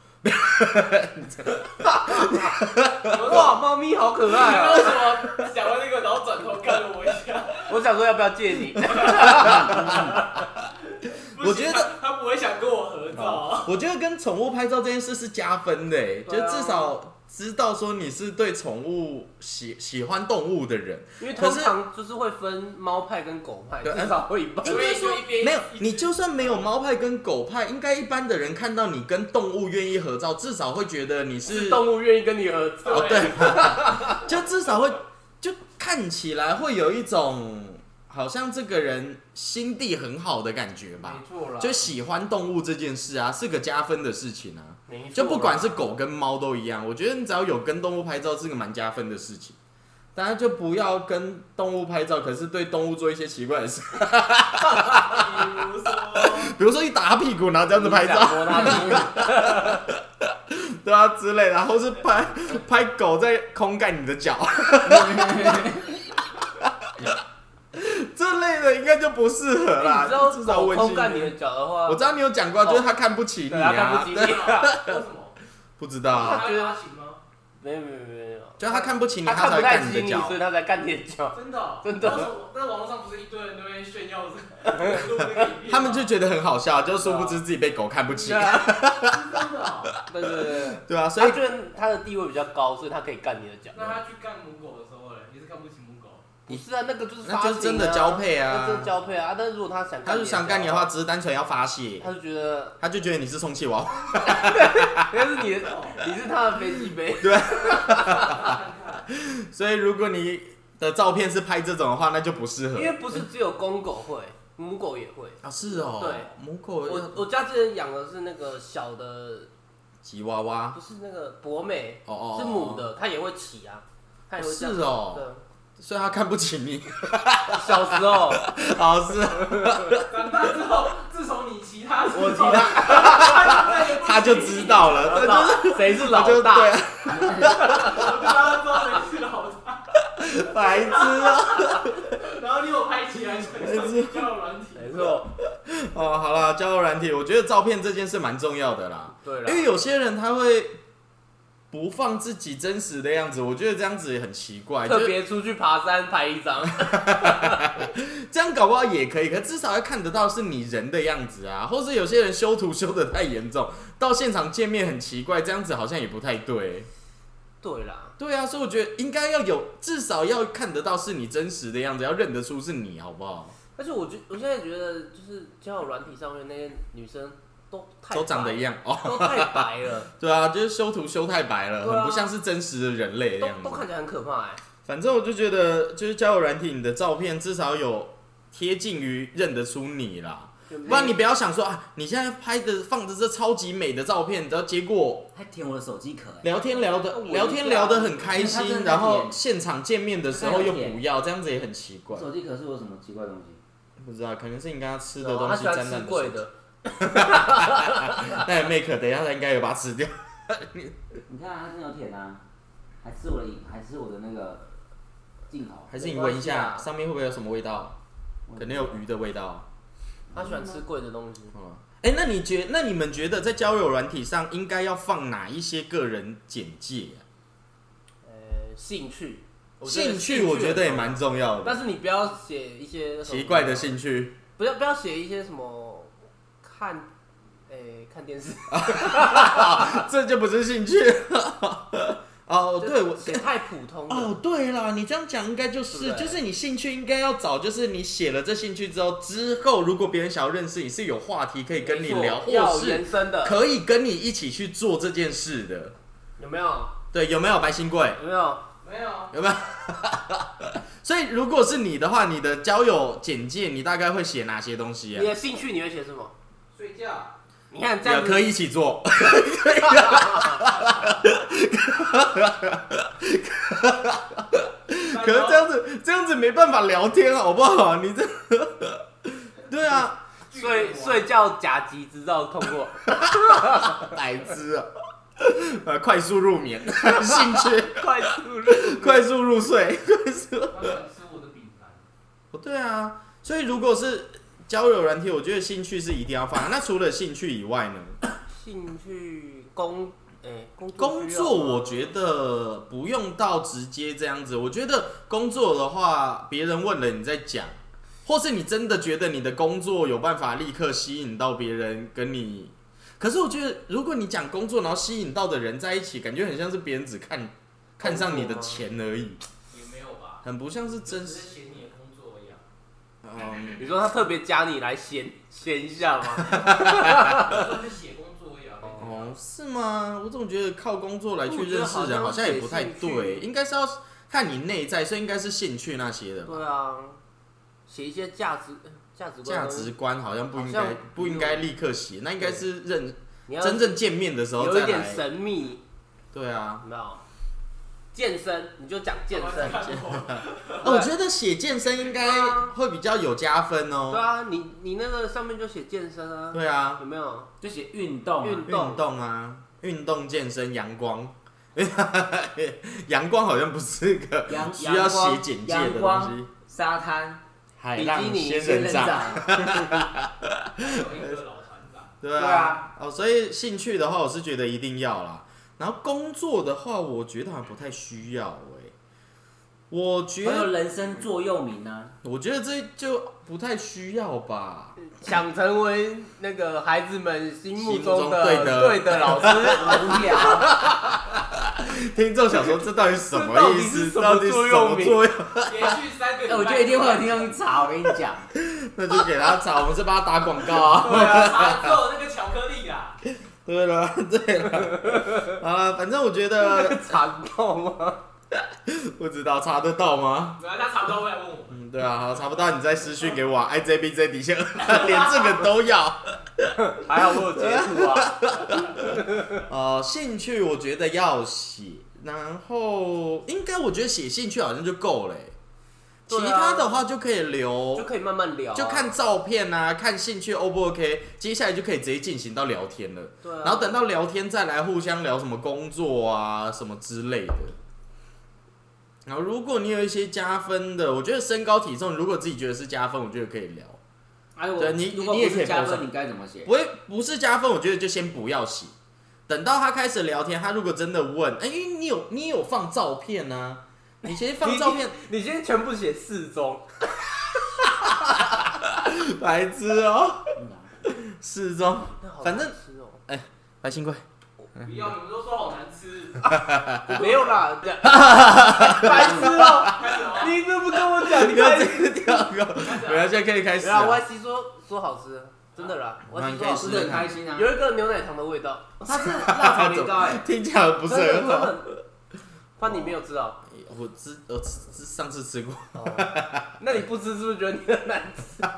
S1: 啊
S2: 哇，猫咪好可爱
S3: 你
S2: 啊！
S3: 为什么讲完那个，然后转头看了我一下？
S2: 我想说要不要借你？
S3: 不行
S1: 我觉得
S3: 他不会想跟我合照啊。
S1: 我觉得跟宠物拍照这件事是加分的、欸，就
S2: 对啊
S1: 至少知道说你是对宠物喜喜欢动物的人。
S2: 因为
S1: 可
S2: 通
S1: 是
S2: 常就是会分猫派跟狗派，
S1: 对
S2: 至少会一半。
S1: 应
S3: 所
S1: 该
S3: 以
S1: 说
S3: 就一边
S1: 哦没有，你就算没有猫派跟狗派，应该一般的人看到你跟动物愿意合照，至少会觉得你是
S2: 动物愿意跟你合照，
S1: 哦，对， 就至少会就看起来会有一种好像这个人心地很好的感觉吧。
S2: 没错啦，
S1: 就喜欢动物这件事啊，是个加分的事情啊。
S2: 没错啦
S1: 就不管是狗跟猫都一样，我觉得你只要有跟动物拍照，是个蛮加分的事情。大家就不要跟动物拍照，可是对动物做一些奇怪的事，
S3: 比如说，
S1: 比如说你打它屁股，然后这样子拍
S2: 你想
S1: 照，
S2: 摸它屁股
S1: 对啊之类的，然后是拍 拍狗在空盖你的脚 这类的，应该就不适合啦。
S2: 你知道
S1: 至少温
S2: 空
S1: 馨
S2: 干
S1: 一
S2: 你的
S1: 点。
S2: 脚的话，
S1: 我知道你有讲过，就是他看不起你
S2: 哦对啊，看不
S1: 啊
S2: 起，你啊，
S3: 为什么？
S1: 不知道啊，
S3: 他觉得他行吗？
S2: 没有没有没有没有，
S1: 就他看不起你，
S2: 他
S1: 才
S2: 看
S1: 会
S2: 不太
S1: 干你
S2: 起
S1: 的
S2: 你，
S1: 脚
S2: 所。以他才干你的脚。
S3: 真的哦，
S2: 真的
S3: 那时候在网络上不是一堆人都会 炫耀这个，录那个影片吗
S1: 他们就觉得很好笑，就殊不知自己被狗看不起
S2: 啊对。啊，
S3: 真的哦，
S2: 对对对，
S1: 对啊，所
S2: 他
S1: 以
S2: 觉得他的地位比较高，所以他可以干你的脚。
S3: 那他去干母狗的时候呢，你是干不起母狗，
S2: 不是啊，那个就是
S1: 那就是真的交
S2: 交，
S1: 配
S2: 那真
S1: 啊
S2: 的。交配啊。但是如果他想，
S1: 他就想干你的话，，只是单纯要发泄，
S2: 他就觉得
S1: 他就觉得你是充气娃 娃，啊
S2: 那是你的，你是他的飞机杯。
S1: 所以如果你的照片是拍这种的话，那就不适合
S2: 因。为不是只有公狗会，母狗也会。
S1: 啊，是哦，
S2: 对，
S1: 母狗
S2: 我我家之前养的是那个小的，
S1: 吉娃娃，
S2: 不是那个博美，
S1: 哦哦，
S2: 是母，的，它也会起啊，它也会这样。
S1: 是哦，
S2: 对，
S1: 所以他看不起你，
S2: 小时候，
S1: 哦是，
S3: 长大之后，自从你骑他之后，
S1: 我骑他，他就知道 了，他就
S2: 谁是
S1: 他就
S2: 老大？
S1: 对，
S3: 我就让他知道谁是老大，
S1: 白痴啊，
S3: 然后你有拍起来，就是叫软体，
S2: 没错，
S1: 哦好了，交友软体，我觉得照片这件事蛮重要的啦，
S2: 对
S1: 因为
S2: 了，
S1: 有些人他会不放自己真实的样子，我觉得这样子也很奇怪，就
S2: 特
S1: 是
S2: 别出去爬山拍一张。
S1: 这样搞不好也可以，可至少要看得到是你人的样子啊，或是有些人修图修的太严重，到现场见面很奇怪，这样子好像也不太对。
S2: 对啦，
S1: 对啊，所以我觉得应该要有，至少要看得到是你真实的样子，要认得出是你，好不好？
S2: 而且我觉我现在觉得，就是交友软体上面那些女生都太
S1: 都长得一
S2: 样，
S1: 样哦。
S2: 都太白 了，
S1: 对啊，就是修图修太白了，
S2: 对啊
S1: 很不像是真实的人类的
S2: 都
S1: 样
S2: 都看
S1: 子。
S2: 起来很可怕哎。
S1: 反正我就觉得，就是交友软体，你的照片至少有贴近于认得出你啦，不然你不要想说啊，你现在拍的放的这超级美的照片，然后结果
S4: 还舔我的手机壳、欸，
S1: 聊天聊的
S2: 我
S1: 聊天聊得很开
S4: 他真的
S1: 心，
S4: 很
S1: 然后
S4: 甜
S1: 现场见面的时候又不要，这样子也很奇怪
S4: 我。手机壳是我什么奇怪的东西？
S1: 不知道，可能是你跟他吃的
S2: 哦
S1: 东
S2: 他
S1: 西
S2: 喜
S1: 沾染
S2: 欢吃
S1: 的手
S2: 贵
S1: 指
S2: 的，
S1: 那 make 等一下他应该有把它吃 掉。
S4: 你看、啊、它真的有舔啊，还吃我的影，还吃我的那个镜头，
S1: 还是你闻一
S2: 没
S1: 下
S2: 关系啊
S1: 上面会不会有什么味道？
S4: 我
S1: 可能有鱼的味道。
S2: 他喜欢吃贵的东西。
S1: 嗯，哎、那你觉那你们觉得在交友软体上应该要放哪一些个人简介啊、
S2: 呃，兴趣，我觉得
S1: 兴趣我觉得也
S2: 很重要
S1: 蛮重要
S2: 但
S1: 的，
S2: 是你不要写一些
S1: 奇怪的
S2: 兴，
S1: 兴趣。
S2: 不要不要写一些什么看，诶、看电视。
S1: 这就不是兴趣。 哦，对，我
S2: 写太普通了。
S1: 哦，对啦，你这样讲应该就
S2: 对
S1: 是，
S2: 不
S1: 就
S2: 对
S1: 是你兴趣应该要找，就是你写了这兴趣之后，之后如果别人想要认识你，是有话题可以跟你聊，
S2: 没错要
S1: 或是
S2: 延伸的，
S1: 可以跟你一起去做这件事的。
S2: 有没有？
S1: 对，有没有白新贵？
S2: 有没有？
S3: 没有，啊
S1: 有没有？所以如果是你的话，你的交友简介你大概会写哪些东西啊？
S2: 你的兴趣你会写什么？
S3: 睡觉，
S2: 你看这
S1: 也
S2: 样子
S1: 可以一起做， 可是这样子这样子没办法聊天啊好不好？你这，对啊，
S2: 睡睡觉甲级执照通 过，
S1: 白痴啊！呃，快速入眠，兴趣，
S2: 快速入
S1: 快速入睡，快速。
S3: 他们吃我的饼干，
S1: 不对啊，所以如果是交友软体，我觉得兴趣是一定要放。 那除了兴趣以外呢？
S2: 兴趣工诶、工作
S1: 工
S2: 需要啊
S1: 作
S2: 吗
S1: 我觉得不用到直接这样子。我觉得工作的话，别人问了你再讲，或是你真的觉得你的工作有办法立刻吸引到别人跟你。可是我觉得，如果你讲工作，然后吸引到的人在一起，感觉很像是别人只看看上你的
S2: 工作吗
S1: 钱而已。
S3: 也没有吧，
S1: 很不像是真
S3: 只
S1: 实。
S3: 是嫌你的工作啊一样。
S1: 嗯，
S2: 你说他特别加你来闲闲一 下吗？
S3: 就是写工作啊呀。
S1: 哦，是吗？我总觉得靠工作来去
S2: 我觉得
S1: 认识人，好
S2: 好
S1: 像
S2: 像
S1: 也不太
S2: 写兴
S1: 对，
S2: 趣
S1: 应该是要看你内在，所以应该是兴趣那些的吧。
S2: 对啊，写一些价值价值观
S1: 价
S2: 的东西，
S1: 值观好像不应
S2: 好
S1: 该
S2: 像
S1: 不应该立刻写，那应该是认
S2: 你要
S1: 真正见面的时候
S2: 有一
S1: 再
S2: 点
S1: 来。
S2: 神秘，
S1: 对啊，
S2: 有没有？健身你就讲健身，
S1: 哦，我觉得写健身应
S2: 对
S1: 该
S2: 啊
S1: 会比较有加分
S2: 对
S1: 哦。
S2: 啊，你你那个上面就写健身啊，
S1: 对啊，
S2: 有没有？
S4: 就写运动、啊，
S2: 运
S1: 运动啊，运动健身阳光， 阳光好像不是个
S4: 阳
S1: 需要
S4: 阳光
S1: 写简介的
S4: 阳
S1: 东
S4: 光
S1: 西。
S4: 沙滩、
S1: 海
S2: 比基
S1: 浪
S2: 尼
S1: 哎仙
S4: 仙
S1: 人
S4: 人
S1: 掌。
S4: 掌，
S3: 有一个老船长，
S1: 对
S2: 对
S1: 啊
S2: 啊，
S1: 哦，所以兴趣的话，我是觉得一定要啦。然后工作的话，我觉得好像不太需要哎、我觉
S4: 还有
S1: 得，
S4: 人生座右铭啊，
S1: 我觉得这就不太需要 吧。
S2: 想成为那个孩子们心目中的
S1: 心目中对的
S2: 老师，
S4: 无 聊，啊
S1: 听众想说，这到底什么意 思？
S2: 这
S1: 到
S2: 到
S1: 底
S2: 底是
S1: 什
S2: 什么
S1: 么作用？
S3: 连续三个 礼拜，
S4: 哎我觉得一定会有听众去查，我跟你讲，
S1: 那就给他找，我们是帮他打广告啊。
S3: 对啊，查错那个巧克力啊，
S1: 对了，对 了，啊，反正我觉 得
S2: 惨痛吗？
S1: 不知道查得到吗？
S3: 然后他查不到会来问我们，
S1: 嗯，对啊，好，查不到你再私 讯给我、啊、，IJBJ 底线，连这个都要。
S2: 还好我有接触啊，
S1: 呃，兴趣我觉得要写，然后应该我觉得写兴趣好像就够了欸、
S2: 对
S1: 其
S2: 啊
S1: 他的话就可以
S2: 就
S1: 留，
S2: 可以慢慢聊啊，
S1: 就看照片啊，看兴趣 O 不 OK，接下来就可以直接进行到聊天了。
S2: 对啊，
S1: 然后等到聊天再来互相聊什么工作啊什么之类的。然后如果你有一些加分的，我觉得身高体重如果自己觉得是加分，我觉得可以聊。
S4: 哎，我
S1: 对你
S4: 如果
S1: 你也
S4: 不
S1: 可以
S4: 是加
S1: 报上
S4: 分，你该怎么写？
S1: 不会不是加分，我觉得就先不要洗。等到他开始聊天，他如果真的问，哎、因为你有你有放照片呢、啊，你其实放照片，
S2: 你，你先全部写四中，
S1: 白痴哦、
S4: 嗯啊
S1: 四中反正
S2: 哦
S1: 白新贵，
S3: 不要，你们都说好难吃，
S2: 哦没有 啦，这样白痴哦，
S3: 开始哦，
S2: 你这不跟我讲，你
S1: 不要
S2: 开
S1: 这
S2: 始。啊
S1: 个掉狗，我要现在可以开始啊
S2: 然后
S1: 了。
S2: Y C 说说好吃，真的啦，Y
S1: 那
S2: C
S1: 你
S2: 说
S1: 可以
S2: 好
S4: 吃
S2: 吃
S1: 试
S4: 的很开心啊，
S2: 有一个牛奶糖的味道，
S4: 它是辣炒年糕哎、
S1: 听起来不哦是啊
S2: 真的
S1: 很
S2: 真
S1: 好，
S2: 的。换你没有吃到，
S1: 我吃我吃吃上次吃过，哦
S2: 那你不吃是不是觉得你很 难吃？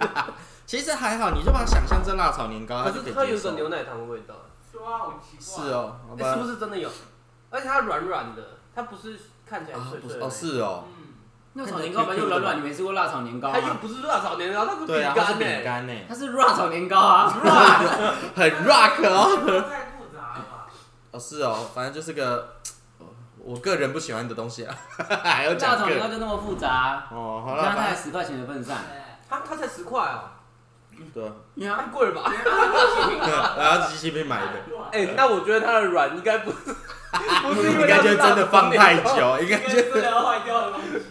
S1: 其实还好，你就把它想象成辣炒年糕，它
S2: 可
S1: 啊就是可
S2: 它
S1: 以
S2: 有
S1: 接
S2: 一种牛
S1: 受。
S2: 奶糖的味道，
S3: 说啊，好奇怪，
S1: 是，哦，好
S2: 哎是不
S1: 吧，
S2: 是真的有？而且它软软的，它不是看起来
S1: 啊
S2: 脆
S1: 不
S2: 脆
S1: 是
S2: 的
S1: 哦，是哦，
S3: 嗯，
S4: 那炒年糕 本来就软软，你没吃过辣炒年糕啊
S2: 它又
S4: 吗？
S2: 不是辣炒年糕，它是
S1: 啊对啊，它是
S2: 干欸
S1: 饼
S2: 呢。
S1: 干 呢，
S4: 它是辣炒年糕啊，
S1: 很 rock 哦。
S3: 太复杂了吧，
S1: 哦，是哦，反正就是个呃我个人不喜欢的东西啊， 还要
S4: 辣
S1: 讲
S4: 炒
S1: 个
S4: 年糕就那么复杂、啊
S1: 哦，好
S4: 你
S1: 了，
S4: 看它才
S1: 反
S4: 十块钱的份上，
S2: 它它才十块啊，
S1: 正对 啊，
S2: 太贵了吧？
S1: 然后机器被买 的，
S2: 哎、那我觉得它的软应该 不是，不 是因
S1: 应
S2: 为
S1: 该
S2: 它
S1: 就是是真的放太
S2: 辣炒
S1: 久，应
S3: 应
S1: 该
S3: 该
S1: 就
S3: 真的要坏掉的东西，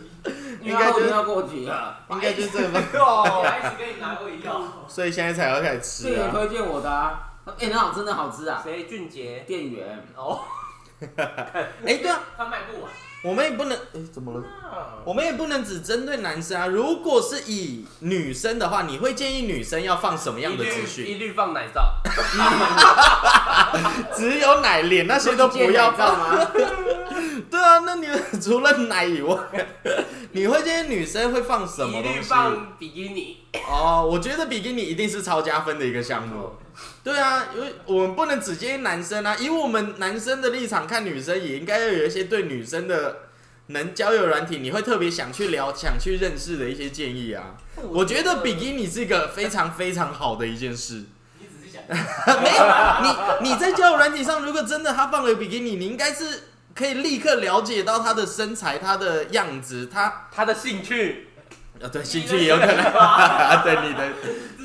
S4: 因为它后面要过期了。
S1: 应该就是这个放，
S2: 年糕，
S3: 我
S2: 哦
S3: 还一直跟你拿过一样，
S1: 所以现在才要开始
S4: 店
S1: 吃
S4: 员
S1: 啊。
S4: 推荐我的啊，哎、那好真的好吃啊，
S2: 谁俊杰？
S4: 店员。
S2: 哦，
S1: 哎，对啊，
S3: 他卖 不完，
S1: 我们也不能，哎，怎么了？
S2: 啊
S1: 我们也不能只针对男生啊。如果是以女生的话，你会建议女生要放什么
S2: 一
S1: 样的资
S2: 律一
S1: 讯？
S2: 律放奶罩，
S1: 只有奶脸那些都不要
S4: 知
S1: 放
S4: 道。吗？
S1: 对啊，那你除了奶以外， 你会建议女生会放什么
S2: 一
S1: 东西？
S2: 律放比基尼。
S1: 哦，我觉得比基尼一定是超加分的一个项目。对啊，因为我们不能只建议男生啊，以我们男生的立场看女生，也应该要有一些对女生的能交友软体，你会特别想去聊、想去认识的一些建议啊。我觉得比基尼是一个非常非常好的一件事。
S3: 你只是想，
S1: 没有，你你在交友软体上，如果真的他放了比基尼，你应该是可以立刻了解到他的身材、他的样子、他
S2: 他的兴趣，
S1: 啊，对，兴趣也有可能，啊 对你的。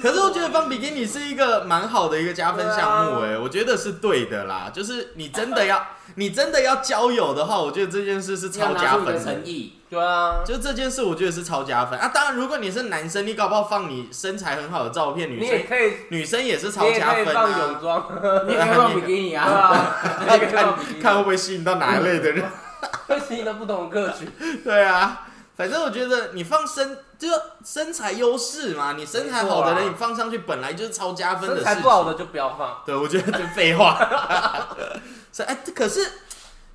S1: 可是我觉得放比基尼是一个蛮好的一个加分项目、
S2: 对啊
S1: 欸，哎、我觉得是对的啦。就是你真的 要，你真的要交友的话，我觉得这件事是
S4: 要
S1: 超
S4: 拿
S1: 加
S4: 出你的
S1: 分
S4: 诚
S1: 的。
S4: 意，
S2: 对啊，
S1: 就这件事，我觉得是超加分啊！当然，如果你是男生，你搞不好放你身材很好的照片，女
S2: 你也
S1: 生
S2: 可以，
S1: 女生也是
S2: 你
S1: 超
S2: 也
S1: 加
S2: 可以
S1: 分
S2: 放泳
S1: 啊！
S2: 装，
S4: 你也可以放比基尼
S2: 对
S4: 啊。
S2: 啊，你也可以放比基 尼
S1: 看会不会吸引到哪一类的人？
S2: 会吸引到不同的客群。
S1: 对啊，反正我觉得你放身就身材优势嘛，你身材好的
S2: 没错
S1: 人
S2: 啊
S1: 你放上去本来就是超加分的
S2: 身
S1: 事
S2: 材
S1: 情。啊
S2: 不好的就不要放，
S1: 对，我觉得这废话。 是哎，可是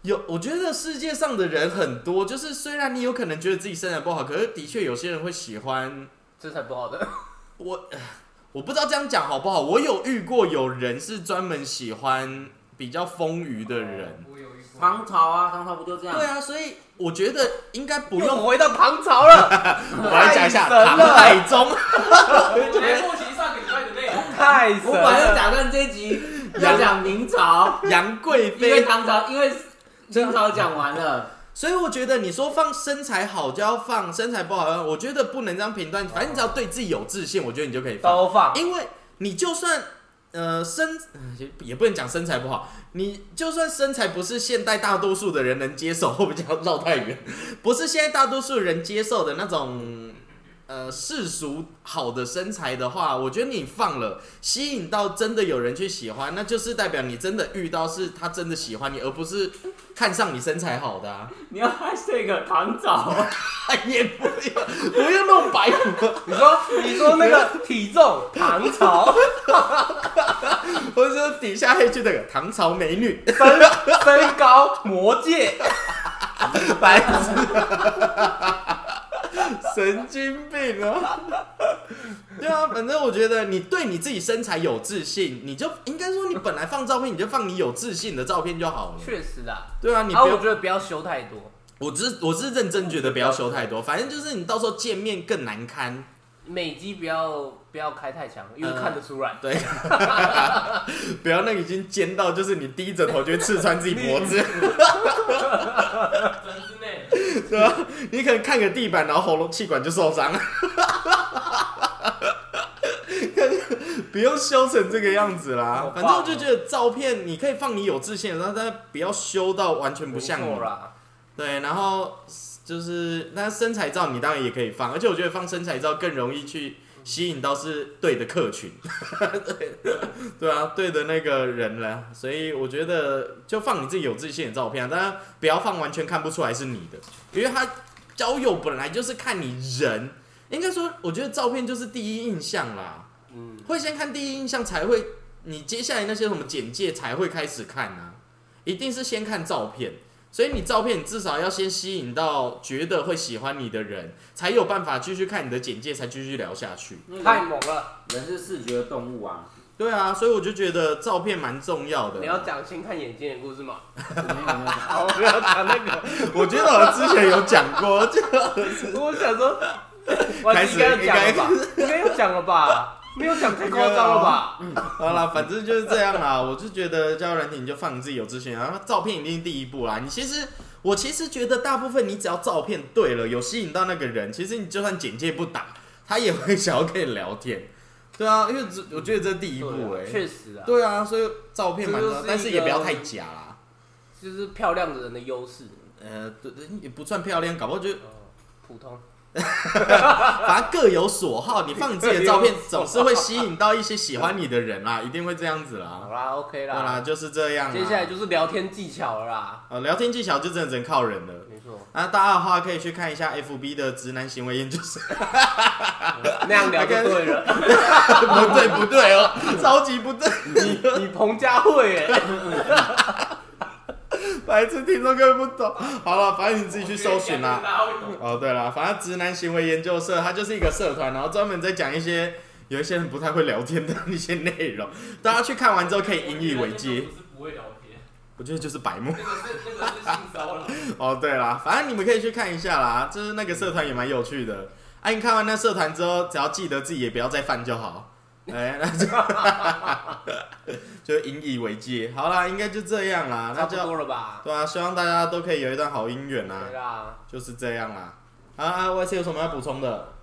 S1: 有，我觉得世界上的人很多，就是虽然你有可能觉得自己身材不好，可是的确有些人会喜欢
S2: 身材不好的，
S1: 我。我不知道这样讲好不好。我有遇过有人是专门喜欢比较丰腴的人，
S3: 我有一过，
S4: 唐朝啊，唐朝不就这样？
S1: 对啊，所以我觉得应该 不
S2: 又
S1: 用。
S2: 回到唐朝了，
S1: 我来讲一下
S2: 太神
S1: 唐
S2: 了
S1: 太宗，
S3: 我来复习上个礼拜的内容，
S2: 太神
S4: 我本来就
S2: 了。
S4: 打算这 一集要讲明朝，
S1: 杨贵
S4: 因
S1: 妃，
S4: 为唐朝，因为清朝讲完 了，
S1: 所以我觉得你说放身材好就要放，身材不好，我觉得不能这样评断。反正你只要对自己有自信，我觉得你就可以放。
S2: 都放，
S1: 因为你就算呃身嗯也也不能讲身材不好，你就算身材不是现代大多数的人能接受，会 比较绕太远，不是现在大多数人接受的那种呃世俗好的身材的话，我觉得你放了吸引到真的有人去喜欢，那就是代表你真的遇到是他真的喜欢你，而不是看上你身材好的、啊， 哎
S4: 你要 hashtag 唐 早，
S1: 也不要不要那么白目。
S2: 你说你说那个体重唐朝
S1: 或者说底下黑去那个唐朝美女，
S2: 身身高魔界，
S1: 白痴，神经病啊！ 对啊，反正我觉得你对你自己身材有自信，你就应该说你本来放照片你就放你有自信的照片就好了。
S2: 确实啊。
S1: 对啊，你
S2: 啊，
S1: 不
S2: 我
S1: 要，
S2: 觉得不要修太多，
S1: 我只是我是认真觉得不要修太多，反正就是你到时候见面更难堪。
S2: 美肌不要不要开太强，
S1: 嗯
S2: 因为看得出来。
S1: 对，不要那个已经尖到就是你低着头就会刺穿自己脖子，
S3: 人之内，
S1: 对吧、你可能看个地板，然后喉咙气管就受伤了。不用修成这个样子
S2: 好
S1: 啦，
S2: 棒
S1: 反正我
S2: 哦
S1: 就觉得照片你可以放你有自信的，但但不要修到完全不像你
S2: 错。啦，
S1: 对，然后就是那身材照你当然也可以放，而且我觉得放身材照更容易去吸引到是对的客群， 对对啊，对的那个人了。所以我觉得就放你自己有自信的照片、啊，当然不要放完全看不出来是你的，因为他交友本来就是看你人，应该说我觉得照片就是第一印象啦，
S2: 嗯，
S1: 会先看第一印象才会，你接下来那些什么简介才会开始看啊，一定是先看照片，所以你照片你至少要先吸引到觉得会喜欢你的人，才有办法继续看你的简介，才继续聊下去。
S2: 太猛了！
S4: 人是视觉的动物啊，
S1: 对啊，所以我就觉得照片蛮重要的。
S2: 你 要讲先看眼睛的故事吗？
S4: 没有没有没有
S2: 好，不要讲那 个。
S1: 我觉得我之前有讲过，就
S2: 我想 说，我应该要讲了吧？应该要讲了吧？没有讲太夸张了吧？啊
S1: 好啦，反正就是这样 啦。我就觉得交友软体你就放你自己有自信，然后照片一定是第一步啊啦。你其实我其实觉得大部分你只要照片对了，有吸引到那个人，其实你就算简介不打，他也会想要跟你聊天。对啊，因为这我觉得这第一步哎、
S2: 对啊确实啊，
S1: 对啊，所以照片蛮重要，
S2: 这就是一个
S1: 但是也不要太假啦。
S2: 就是漂亮的人的优势，
S1: 呃，对对，也不算漂 亮，搞不好就
S2: 普通。
S1: 反正各有所好。你放你自己的照片，总是会吸引到一些喜欢你的人啊 啦，一定会这样子
S2: 好
S1: 啦。
S2: 啦，OK
S1: 对啊啦，
S2: 啦，
S1: 就是这样啦。
S2: 接下来就是聊天技巧了啦。
S1: 呃，聊天技巧就真的只能靠人了。
S2: 没错，
S1: 那大家的话可以去看一下 FB 的直男行为研究所，
S2: 那样聊就对了。
S1: 不对不对哦，超级不对，
S2: 你彭佳慧欸 耶，
S1: 白痴听众根本不懂。好了，反正你自己去搜寻 啦、
S3: 大家会懂。
S1: 哦，对了，反正直男行为研究社它就是一个社团，然后专门在讲一些有一些人不太会聊天的一些内容，大家去看完之后可以引以为戒。
S3: 我觉得那个不是不会聊天，
S1: 我觉得就是白目。
S3: 那个是那个是性骚扰。
S1: 哦，对啦，反正你们可以去看一下啦，就是那个社团也蛮有趣的。哎、你看完那社团之后，只要记得自己也不要再犯就好。哎、那就 就引以为戒。好啦，应该就这样啦。那
S2: 差不
S1: 就啊
S2: 多了吧？
S1: 对啊，希望大家都可以有一段好姻缘啦
S2: 对，啦，
S1: 就是这样啦。啊啊，Y C 有什么要补充的？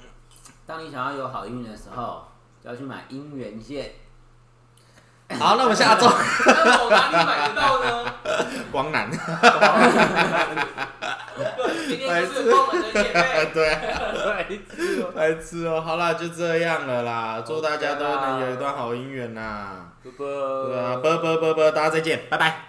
S4: 当你想要有好姻缘的时候，就要去买姻缘线。
S1: 好，那我们下周
S3: 那我哪里买得到呢？
S1: 光南，
S3: 对，今天就是帮我们的姐妹。
S1: 呃对，啊
S2: 对，
S1: 白痴哦、好啦，就这样了啦，祝大家都能有一段好姻缘啦。
S2: 拜
S1: 对啊，
S2: 拜。
S1: 啵啵啵啵，大家再见，拜拜。